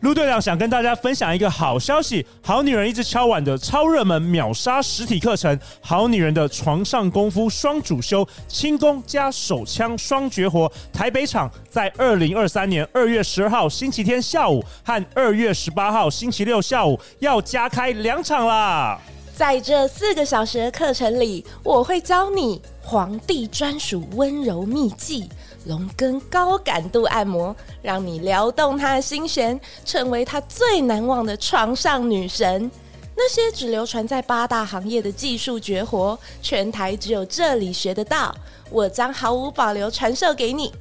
陆队长想跟大家分享一个好消息：好女人一直敲碗的超热门秒杀实体课程《好女人的床上功夫双主修，轻功加手枪双绝活》，台北场在二零二三年二月十号星期天下午和二月十八号星期六下午要加开两场啦！在这四个小时的课程里，我会教你皇帝专属温柔秘技——龙根高感度按摩，让你撩动他的心弦，成为他最难忘的床上女神。那些只流传在八大行业的技术绝活，全台只有这里学得到，我将毫无保留传授给你。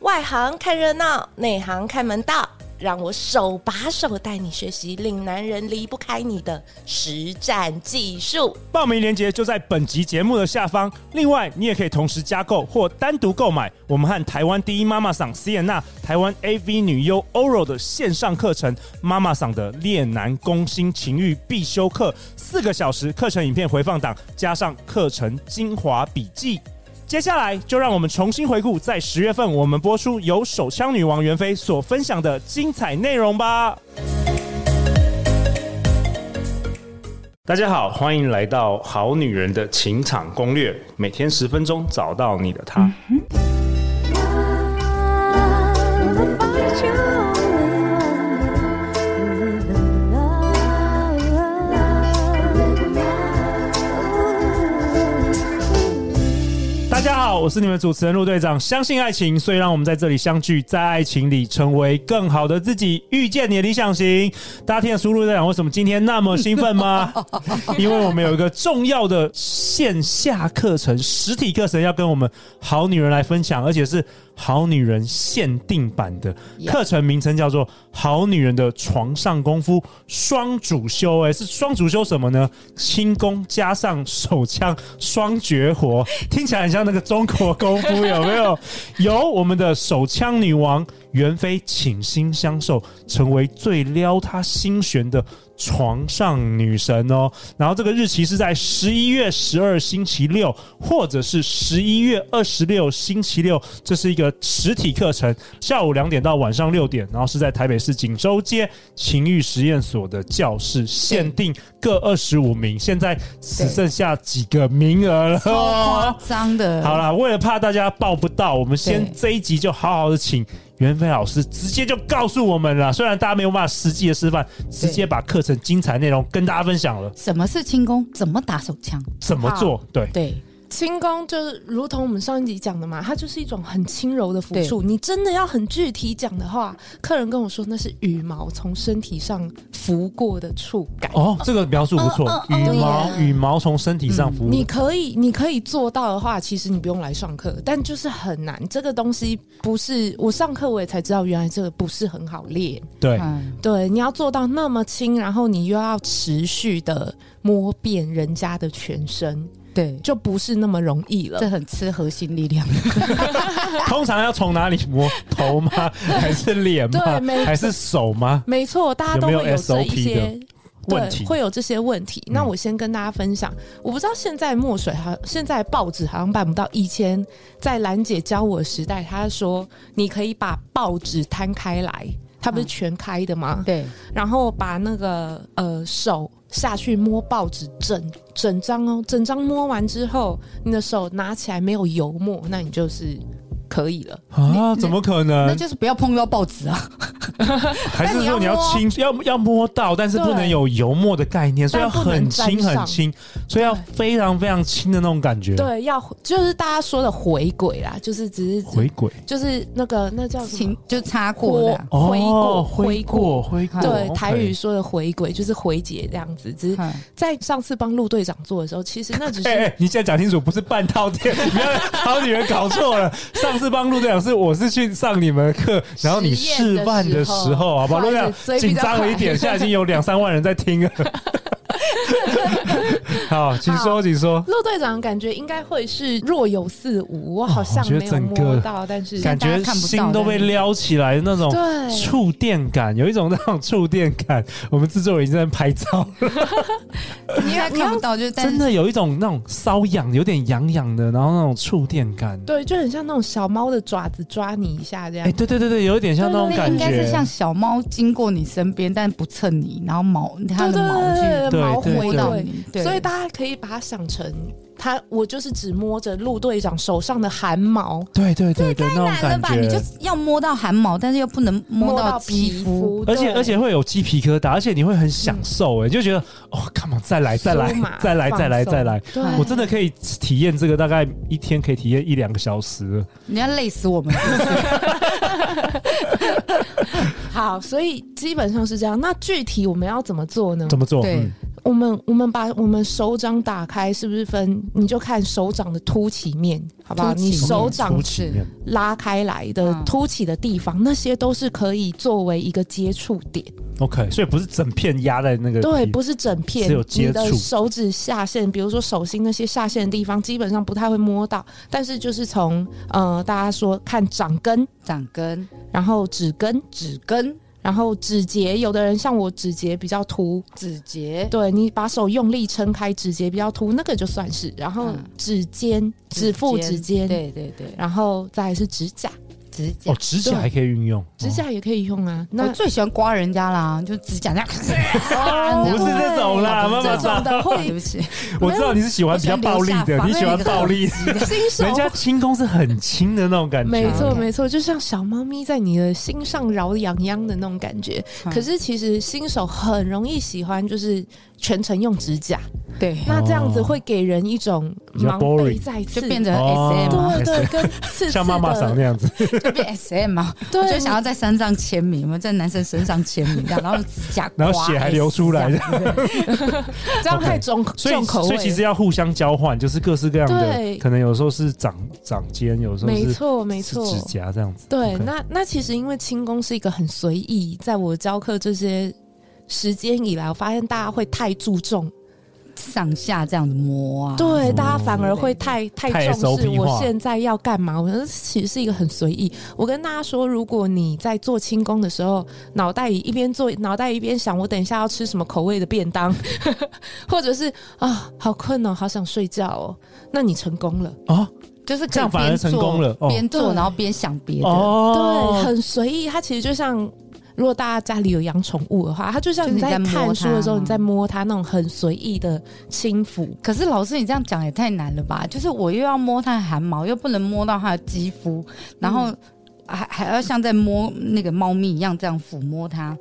外行看热闹，内行看门道。让我手把手带你学习令男人离不开你的实战技术。报名链接就在本集节目的下方。另外，你也可以同时加购或单独购买我们和台湾第一妈妈桑西 n 娜、台湾 AV 女优 Oro 的线上课程《妈妈桑的恋男攻心情欲必修课》，四个小时课程影片回放档，加上课程精华笔记。接下来就让我们重新回顾在十月份我们播出由手枪女王袁飞所分享的精彩内容吧。大家好，欢迎来到《好女人的情场攻略》，每天十分钟，找到你的他。大家好，我是你们主持人陆队长。相信爱情，所以让我们在这里相聚，在爱情里成为更好的自己，遇见你的理想型。大家听得出陆队长为什么今天那么兴奋吗？ 因为我们有一个重要的线下课程、实体课程要跟我们好女人来分享，而且是好女人限定版的 Yeah 课程，名称叫做《好女人的床上功夫双主修》。哎，是双主修什么呢？轻功加上手枪双绝活，听起来很像那个中国功夫，有没有？有我们的手枪女王袁飞倾心相授，成为最撩她心弦的床上女神哦。然后这个日期是在十一月十二星期六，或者是十一月二十六星期六，这是一个实体课程，下午两点到晚上六点，然后是在台北市锦州街情欲实验所的教室，限定各二十五名，现在只对剩下几个名额了超夸哦。张的。 好，啦，为了怕大家报不到，我们先对这一集就好好的请袁飞老师直接就告诉我们了。虽然大家没有办法实际的示范，直接把课程精彩内容跟大家分享了，什么是轻功？怎么打手枪？怎么做？对，对，轻功就是如同我们上一集讲的嘛，它就是一种很轻柔的抚触。你真的要很具体讲的话，客人跟我说那是羽毛从身体上拂过的触感。哦，这个描述不错哦，哦哦羽毛对耶嗯羽毛从身体上浮你可以，你可以做到的话，其实你不用来上课，但就是很难。这个东西不是我上课我也才知道，原来这个不是很好练。对，嗯，对，你要做到那么轻，然后你又要持续的摸遍人家的全身，对，就不是那么容易了这。很吃核心力 量。通常要从哪里摸？头吗？ 还是脸吗对没？还是手吗？没错，大家都会有没有这一 SOP 些问题嗯对，会有这些问题。那我先跟大家分享，我不知道现在墨水好，现在报纸好像办不到。以前在兰姐教我的时代，她说你可以把报纸摊开来，它不是嗯全开的吗？对，然后把那个呃手下去摸报纸整整张哦，整张摸完之后，你的手拿起来没有油墨，那你就是可以了。啊，怎么可那能？就是不要碰到报纸 啊。还是说你你要要摸轻，要要摸到，但是不能对有油墨的概念，所以要但不能很轻沾上很轻，所以要非常非常轻的那种感觉。，对，要就是大家说的回轨啦，就是只是回轨就是那个那叫什么轻就擦过的啊。回过挥哦过挥过，对 OK 台语说的回轨就是回解这样子。只是嗯在上次帮陆队长做的时候，其实那只 哎、是哎你现在讲清楚，不是半套 店，不要好女人搞错了。上次帮陆队长是我是去上你们的课，然后你示范的时实验的时候，候好吧，陆队长不好意思 紧张了一点，现在已经有两三万人在听了。好，请说，好请说。陆队长感觉应该会是若有似无，我好哦像我觉得没有整个摸到，但是感觉大家看不到心都被撩起来的那种对触电感，有一种那种触电感。我们制作人已经在拍照，你也看不到，就是但真是的有一种那种瘙痒，有点痒痒的，然后那种触电感。对，就很像那种小猫的爪子抓你一下这哎、样。对对对对，有一点像那种那感应觉。该是像小猫经过你身边，但不蹭你，然后毛它的毛去对毛对回拨对到到你。你，对，所以大家可以把它想成，他我就是只摸着陆队长手上的汗毛，对对对对，那种太难了感吧？你就觉。是要摸到汗毛，但是又不能摸到肌肤。肤，而且对而且会有鸡皮疙瘩，而且你会很享受、哎、就觉得哦干嘛再来再来嗯酥 麻再来再来放松再来，对我真的可以体验这个，大概一天可以体验一两个小时。你要累死我们！好，所以基本上是这样。那具体我们要怎么做呢？怎么做？对嗯我们我们把我们手掌打开，是不是分？你就看手掌的凸起面，好不好？凸起面你手凸掌起是嗯面拉开来的嗯凸起的地方，那些都是可以作为一个接触点。 OK，所以不是整片压在那个对，皮不是整片，只有接你的触手指下线，比如说手心那些下线的地方，基本上不太会摸到。但是就是从呃，大家说看掌根，掌根、然后指根，指根、然后指节，有的人像我指节比较凸，指节、对你把手用力撑开，指节比较凸，那个就算是。然后嗯指尖、指腹、指尖，对对对，然后再来是指甲，指甲哦，。指甲还可以运用，哦指甲也可以用啊。我那 最喜欢刮人家啦，就指甲这 样。哦不不是这种啦，妈妈长桑，的会，对不起，我知道你是喜欢比较暴力的，你喜欢暴 力的，新手人家嗯轻功是很轻的那种感觉，没错， OK 没错，就像小猫咪在你的心上挠痒痒的那种感觉。嗯可是其实新手很容易喜欢就是全程用指甲，对，那这样子会给人一种比较忙 boring 被再就次变成哦 SM 啊，对对，跟刺刺像妈妈桑的那样子，就变 SM 啊。对我就想要在身上签名，我们在男生身上签名，这样然后指甲刮，然后血还流出来这样对这样太重所以重口所以其味实了。要互相交换，就是各式各样的，对可能有时候是掌掌尖，有时候没是错，没是错，指甲这样子，对， OK 那那其实因为轻功是一个很随意，在我教课这些时间以来，我发现大家会太注重，上下这样子摸啊。对，大家反而会太太太重视 SOP 化我现在要干嘛。我觉得其实是一个很随意。我跟大家说，如果你在做轻功的时候，脑袋里一边做，脑袋一边想我等一下要吃什么口味的便当， 或者是啊好困哦，好想睡觉哦，那你成功了。哦就是可以这样反而边做成功了哦边做对然后边想别的，哦对，，很随意。它其实就像，如果大家家里有养宠物的话，它就像就你你在在摸看书的时候，它你在摸它那种很随意的轻抚。可是老师，你这样讲也太难了吧？就是我又要摸它的汗毛，又不能摸到它的肌肤，然后嗯还、还要像在摸那个猫咪一样这样抚摸它。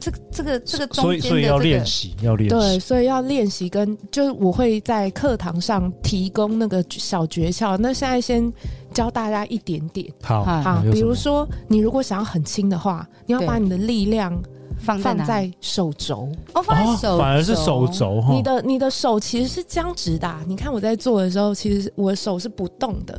这个这个这个中所以间所以的要这练个习，要练对，习，所以要练习跟，就是我会在课堂上提供那个小诀窍。那现在先教大家一点点好啊啊有，比什如么说，你如果想要很轻的话，你要对把你的力量放在放哪在手肘。哦放在手、哦反而是手。肘哈你，的你的手其实是僵直的啊、你看我在做的时候，其实我的手是不动的。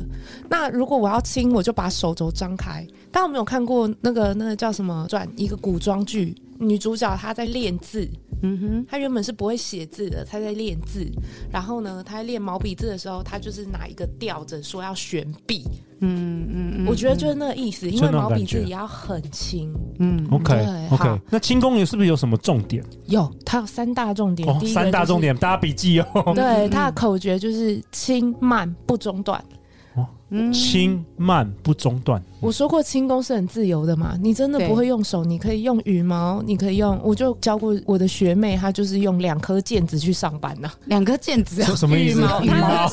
那如果我要亲，我就把手肘张开。大家有没有看过那个那个叫什么转一个古装剧，女主角她在练字，嗯哼，她原本是不会写字的，她在练字。然后呢，她在练毛笔字的时候，她就是拿一个吊着说要悬臂。嗯嗯嗯，我觉得就是那个意思，因就为那种毛笔字感觉也要很轻。嗯 OK 对 OK，好那轻功有是不是有什么重点？有，它有三大重点，哦第一，个三大就是重点，大家笔记哦。对，嗯它的口诀就是轻慢不中断。嗯轻慢不中断，我说过轻功是很自由的嘛，你真的对不会用手，你可以用羽毛，你可以用，我就教过我的学妹，她就是用两颗毽子去上班呐、两颗毽子啊这，什么意思？羽毛她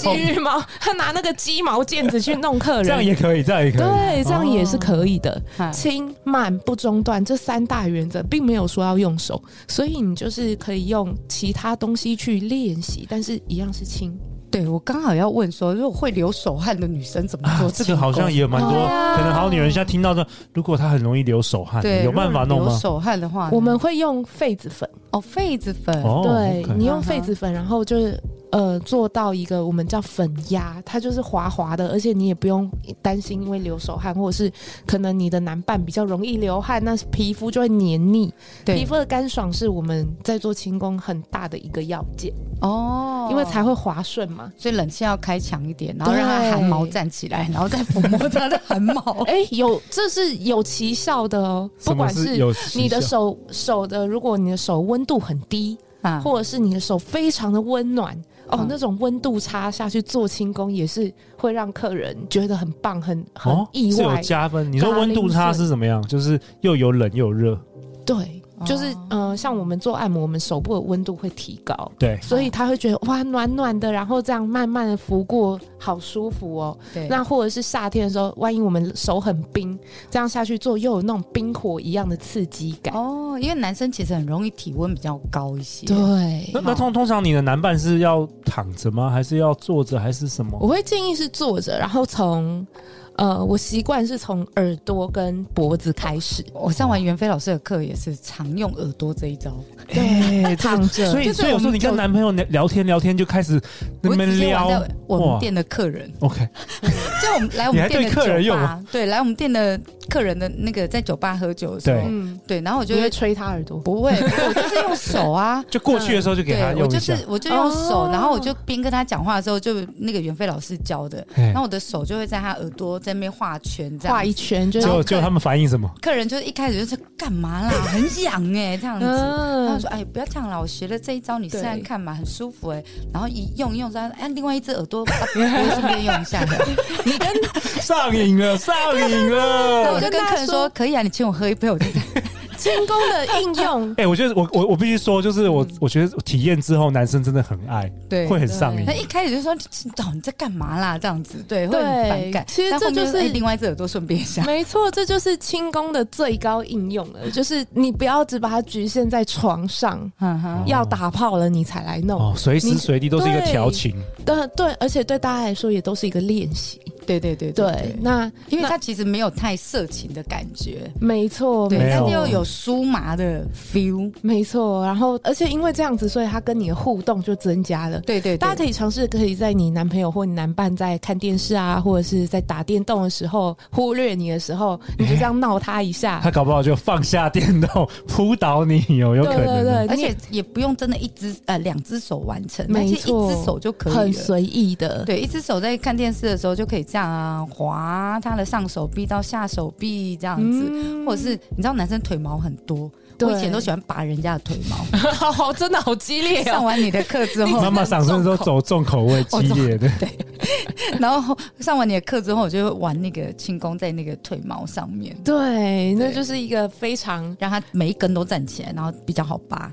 拿羽毛，她拿那个鸡毛毽子去弄客人，这样也可以，这样也可以。对，这样也是可以的。哎轻慢不中断这三大原则，并没有说要用手，所以你就是可以用其他东西去练习，但是一样是轻。对我刚好要问说，如果会流手汗的女生怎么啊做，这轻个功？好像也有蛮多，对啊可能好女人现在听到这，如果她很容易流手汗，对，有办法如弄果流吗？手汗的话呢，我们会用痱子粉。哦痱子粉，哦对 OK 你用痱子粉，然后就是呃做到一个我们叫粉压，它就是滑滑的，而且你也不用担心因为流手汗，或者是可能你的男伴比较容易流汗，那皮肤就会黏腻。皮对肤的干爽是我们在做轻功很大的一个要件，哦，因为才会滑顺嘛。所以冷气要开强一点，然后让它对汗毛站起来，然后再抚摸它的汗毛。哎、有这是有奇效的哦，不什么管是是有你的奇效手手的，如果你的手温度很低，啊，或者是你的手非常的温暖哦，嗯那种温度差下去做轻功也是会让客人觉得很棒、很很哦意是有外。加分。你说温度差是怎么样？就是又有冷又有热，对，哦就是、呃，像我们做按摩，我们手部的温度会提高。对，所以他会觉得哇暖暖的，然后这样慢慢的拂过，好舒服哦。对，那或者是夏天的时候，万一我们手很冰，这样下去做又有那种冰火一样的刺激感。哦，因为男生其实很容易体温比较高一些。对那那通通常你的男伴是要躺着吗？还是要坐着？还是什么？我会建议是坐着，然后从呃，我习惯是从耳朵跟脖子开始，我上完袁飞老师的课也是常用耳朵这一招，对，哎这躺着。所以就是所以有时候我你们跟就男朋友聊聊天聊天就开始那我么直接玩撩到我哇们店的客人， ，OK，就我们来我你还们店对的客人酒用啊吧，对，来我们店的客人的那个在酒吧喝酒的时候对，嗯，对，然后我就就会会吹他耳朵。不会，不会我就是用手啊。就过去的时候就 给他嗯对，我用就一下是，我就用手哦，然后我就边跟他讲话的时候，就那个袁飞老师教的，嘿然后我的手就会在他耳朵在那边画圈，这样嗯画一圈就结是果结果他们反应什么？客人就一开始就是干嘛 啦，很痒哎、这样子。然后嗯说：“哎，不要这样啦，我学了这一招，你试对看看嘛，很舒服哎、然后一用一用，然后哎，另外一只耳 朵，啊我顺便用一下的。上瘾了，上瘾然 后我了。，就跟客人说：可以啊，你请我喝一杯，我就在轻功的应用 哎、我觉得我我我必须说，就是我我觉得体验之后，男生真的很爱，对会很上瘾那。一开始就说：哦，你在干嘛啦？这样子，对，会很嗯对反感。其实但后这就面说哎是另外一只耳朵顺便一 下。没错，这就是轻功的最高应用 了。就是你不要只把它局限在床上，嗯哼，要打炮了你才来弄。哦，随时你随地都是一个对调情，对对，而且对大家来说也都是一个练习。对对对对，那因为那它其实没有太色情的感觉，没错，对，没但有又有酥麻的 feel。没错。然后，而且因为这样子，所以他跟你的互动就增加了。对对，大家可以以尝试，可以在你男朋友或你男伴在看电视啊，或者是在打电动的时候忽略你的时候，你就这样闹他一下他。搞不好就放下电动扑倒你哦，有可能、哦。对对对，而你且也不用真的一只呃两只手完成，而没且错一只手就可以很了。随意的。对，一只手在看电视的时候就可以这样啊，滑他的上手臂到下手臂这样子，嗯或者是你知道男生腿毛很多，我对以前都喜欢拔人家的腿 毛。好，真的好激烈上 哦！完你的课 之妈后，妈上身都走重口味，激烈的，然后上完你的课之后，我就会玩那个轻功在那个腿毛上面。对，那就是一个非常让它每一根都站起来，然后比较好拔。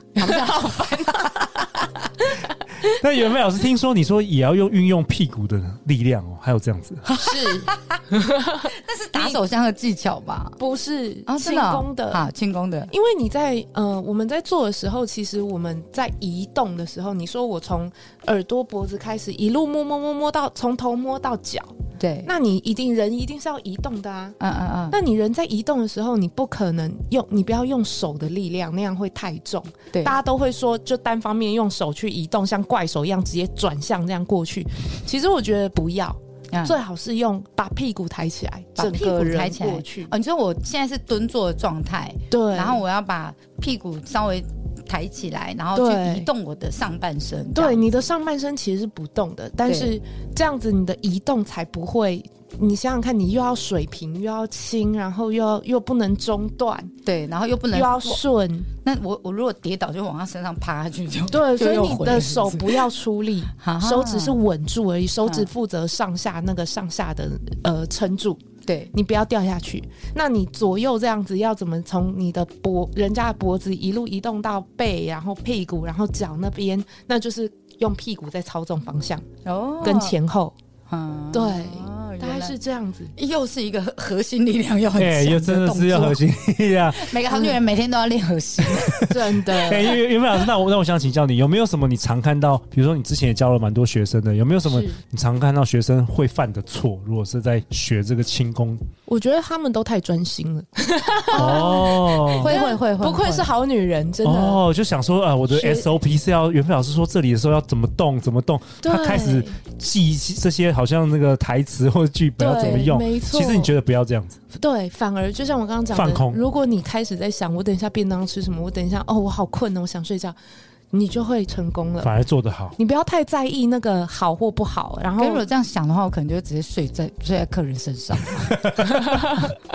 那袁飞老师听说你说也要用运用屁股的力量哦，还有这样子，是那是打手枪的技巧吧？不是啊，真轻的哦功的？啊，轻功的，因为你在呃，我们在做的时候，其实我们在移动的时候，你说我从耳朵、脖子开始一路摸摸摸摸到从头摸到脚，对，那你一定人一定是要移动的啊。嗯嗯嗯，那你人在移动的时候，你不可能用，你不要用手的力量，那样会太重。对大家都会说，就单方面用手去移动，像怪手一样直接转向这样过去。其实我觉得不要，嗯最好是用把屁股抬起来，把整屁个股人抬起来过去。哦，你说我现在是蹲坐的状态，对，然后我要把屁股稍微抬起来，然后对去移动我的上半身。这对样，你的上半身其实是不动的，但对是这样子你的移动才不会。你想想看，你又要水平，又要轻，然后又要又不能中断，对，然后又不又能要顺，那我我如果跌倒就往他身上趴下去就对，所以又你回的来手是不要出力，哈哈手指是稳住而已，手指嗯负责上下那个上下的呃撑住，对你不要掉下去。那你左右这样子要怎么从你的脖人家的脖子一路移动到背，然后屁股，然后脚那边，那就是用屁股在操纵方向哦跟，前后，嗯对哦大原概来是这样子。又是一个核核心力量要很哎、又强真的动是要作核心力量。每个好女人每天都要练核心。 真哎、的，袁袁飞老师，那我那我想请教你，有没有什么你常看到，比如说你之前也教了蛮多学生的，有没有什么是你常看到学生会犯的错？如果是在学这个轻功我觉得他们都太专心了，哦， 会会会会，不愧是会好女人，真的。哦，就想说啊、呃我的学 SOP 是要袁飞老师说这里的时候要怎么动怎么动，对他开始记这些好像那个台词或剧本要怎么对，用。没错。其实你觉得不要这样子，得对，反而就像我刚刚讲的，放空如果你开始在想我等一下便当吃什么，我等一下哦，我好困哦，我想睡觉，你就会成功了。反而做得好。你不要太在意那个好或不好，然可后是如果这样想的话，我可能就会直接睡在睡在客人 身上，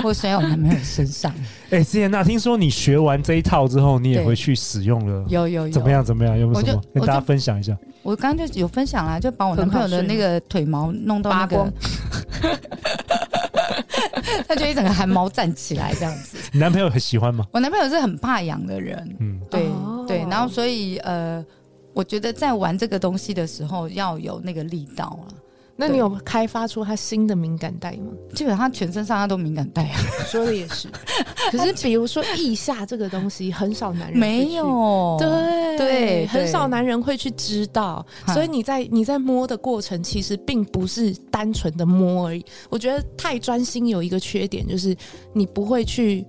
或睡在我男朋友身上。哎、之前娜，听说你学完这一套之后，你也对回去使用了，有有有，怎么？样？怎么样？有没有我就什么跟我就大家分享一下？我刚刚就有分享啦，就把我男朋友的那个腿毛弄到那拔个光， 他就一整个汗毛站起来这样子。你男朋友很喜欢吗？我男朋友是很怕痒的人，嗯，对、哦对，然后所以呃，我觉得在玩这个东西的时候要有那个力道啊。那你有开发出他新的敏感带吗？基本上他全身上下都敏感带啊，说的也 是，可是比如说腋下这个东西，很少男人会去没。有，对对很少男人会去知道，哈所以你在你在摸的过程，其实并不是单纯的摸而已。我觉得太专心有一个缺点，就是你不会去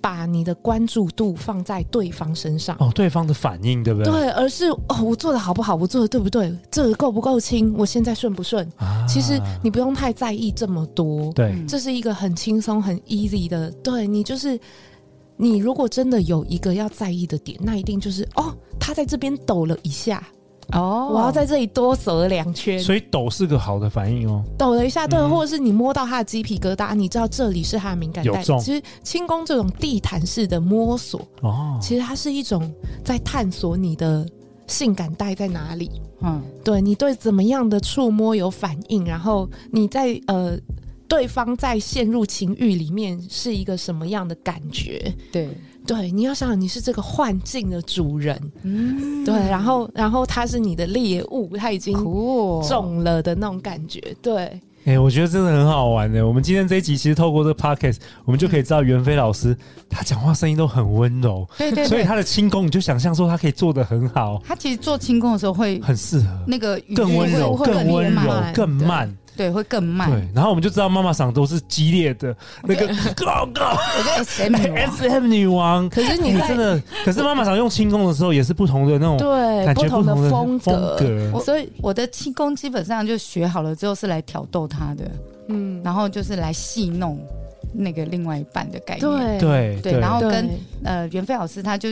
把你的关注度放在对方身上。哦，对方的反应对不对？对，而是哦，我做的好不好，我做的对不对，这个够不够轻，我现在顺不顺？啊其实你不用太在意这么多，对、嗯这是一个很轻松、很 easy 的。对你就是，你如果真的有一个要在意的点，那一定就是哦，他在这边抖了一下，哦，我要在这里多折两圈，所以抖是个好的反应哦。抖了一下，对，嗯或者是你摸到他的鸡皮疙瘩，你知道这里是他的敏感有带。中其实轻功这种地毯式的摸索，哦，其实它是一种在探索你的性感带在哪里。嗯，对你对怎么样的触摸有反应，然后你在呃对方在陷入情欲里面是一个什么样的感觉？对，对，你要想想你是这个幻境的主人，嗯，对，然后然后他是你的猎物，他已经酷中了的那种感觉，对，哎、我觉得真的很好玩的。我们今天这一集其实透过这个 podcast，我们就可以知道袁飞老师他讲话声音都很温柔，对对所以对，他的轻功你就想象说他可以做得很好，他其实做轻功的时候会很适合，那个语更句温柔，会更更温柔慢，对更慢。对，会更慢。对，然后我们就知道妈妈嗓都是激烈的那个 go go 我觉得 SM 女王 S M 女王。可是你你在、真的，可是妈妈嗓用轻功的时候也是不同的那种对嗯感觉，同不同的风格。我所以我的气功基本上就学好了之后是来挑逗他的，嗯，然后就是来戏弄那个另外一半的概念。对对对然后对跟呃，袁飞老师他就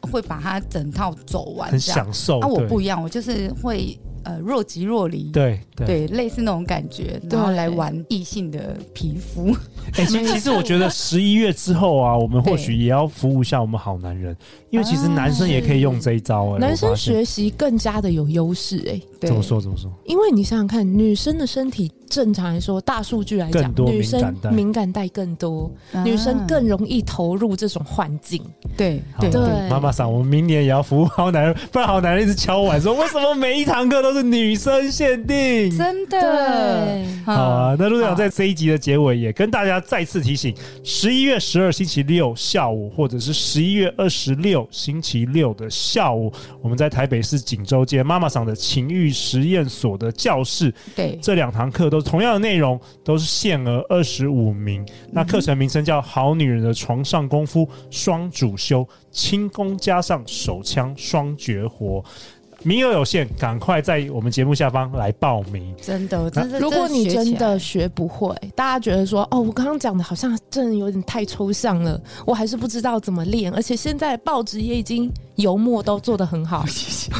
会把他整套走完很这样。享受。啊，我对不一样，我就是会呃若即若离，对对对，类似那种感觉，然后对来玩异性的皮肤。哎、其其实我觉得十一月之后啊，我们或许也要服务一下我们好男人，因为其实啊男生也可以用这一招哎、男我生发现学习更加的有优势哎、对怎么说怎么说？因为你想想看，女生的身体正常来说，大数据来讲更，多女敏感生带敏感带更多，啊女生更容易投入这种幻境。对对好对妈妈桑，我们明年也要服务好男人，不然好男人一直敲碗说为什么每一堂课都是女生限定？真的。好啊，那陆队长好在这一集的结尾也跟大家再次提醒：十一月十二星期六下午，或者是十一月二十六星期六的下午，我们在台北市锦州街妈妈桑的情欲实验所的教室对，这两堂课都是同样的内容，都是限额二十五名。那课程名称叫《好女人的床上功夫双主修》，轻功加上手枪双绝活。名额有限，赶快在我们节目下方来报名。真的，我真的。如果你学起真来的学不会，大家觉得说哦，我刚刚讲的好像真的有点太抽象了，我还是不知道怎么练，而且现在报纸也已经油墨都做得很好。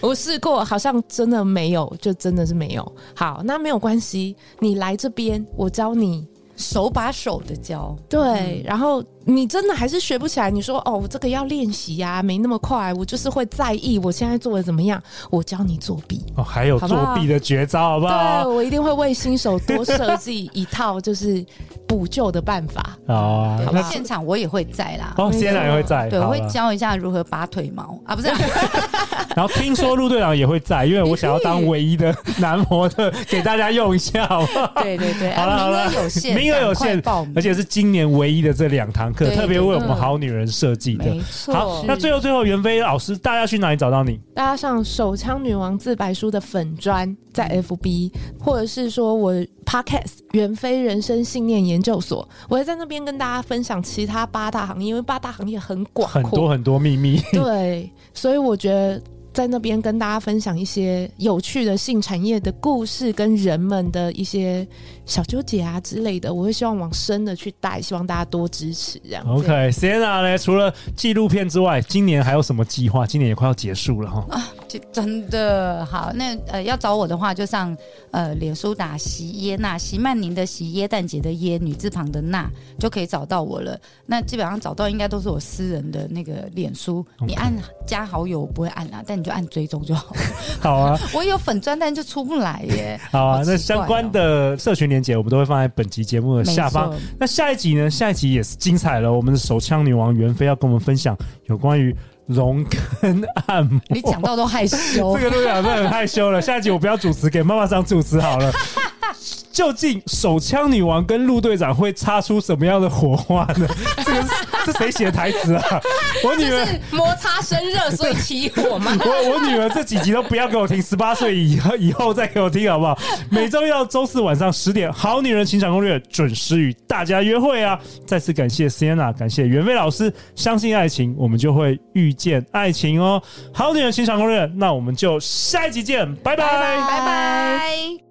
我试过，好像真的没有，就真的是没有。好，那没有关系，你来这边，我教你手把手的教，对，然后你真的还是学不起来。你说哦，我这个要练习呀、没那么快。我就是会在意我现在做的怎么样，我教你作弊。哦，还有好不好作弊的绝招，好不好？对，我一定会为新手多设计一套就是补救的办法。好啊，对那现场我也会在啦。哦，没错仙然也会在，对，我好会了教一下如何拔腿毛啊，不是啊，然后听说陆队长也会在，因为我想要当唯一的男模特，给大家用一下，好不好？对对 对，好了啊好了名额有限， 名额有赶快限报名，而且是今年唯一的这两堂课，对特别为我们嗯好女人设计的。没错。好，是那最后最后，袁飞老师，大家去哪里找到你？大家上手枪女王自白书的粉砖，在 FB，或者是说我 Podcast 袁飞人生信念研究所，我会在那边跟大家分享其他八大行业，因为八大行业很广阔，很多很多秘密。对，所以我觉得在那边跟大家分享一些有趣的性产业的故事，跟人们的一些小纠结啊之类的，我会希望往深的去带，希望大家多支持这样子。 OK，Sienna 呢？除了纪录片之外，今年还有什么计划？今年也快要结束了 哈。就真的好，那呃要找我的话，就上呃脸书打席耶娜，席曼宁的席，耶诞节的耶，女字旁的娜，就可以找到我了。那基本上找到应该都是我私人的那个脸书 OK 你按加好友我不会按啦，但你就按追踪就好。 好啊，我有粉钻，但就出不来耶。好啊好。奇哦那相关的社群连接我们都会放在本集节目的下方。没错，那下一集呢？下一集也是精彩了。我们的手枪女王袁飞要跟我们分享有关于龙根按摩。你讲到都害 羞这。个都讲得很害羞了。下一集我不要主持，给妈妈上主持好了。究竟手枪女王跟陆队长会擦出什么样的火花呢？这个是是谁写的台词啊？我女儿。摩擦生热，所以起 火嘛。我我女儿这几集都不要给我听，十八岁以后以后再给我听好不好？每周一到周四晚上十点，《好女人情场攻略》准时与大家约会啊！再次感谢 Sienna，感谢袁飞老师，相信爱情，我们就会遇见爱情哦！《好女人情场攻略》，那我们就下一集见，拜拜拜拜。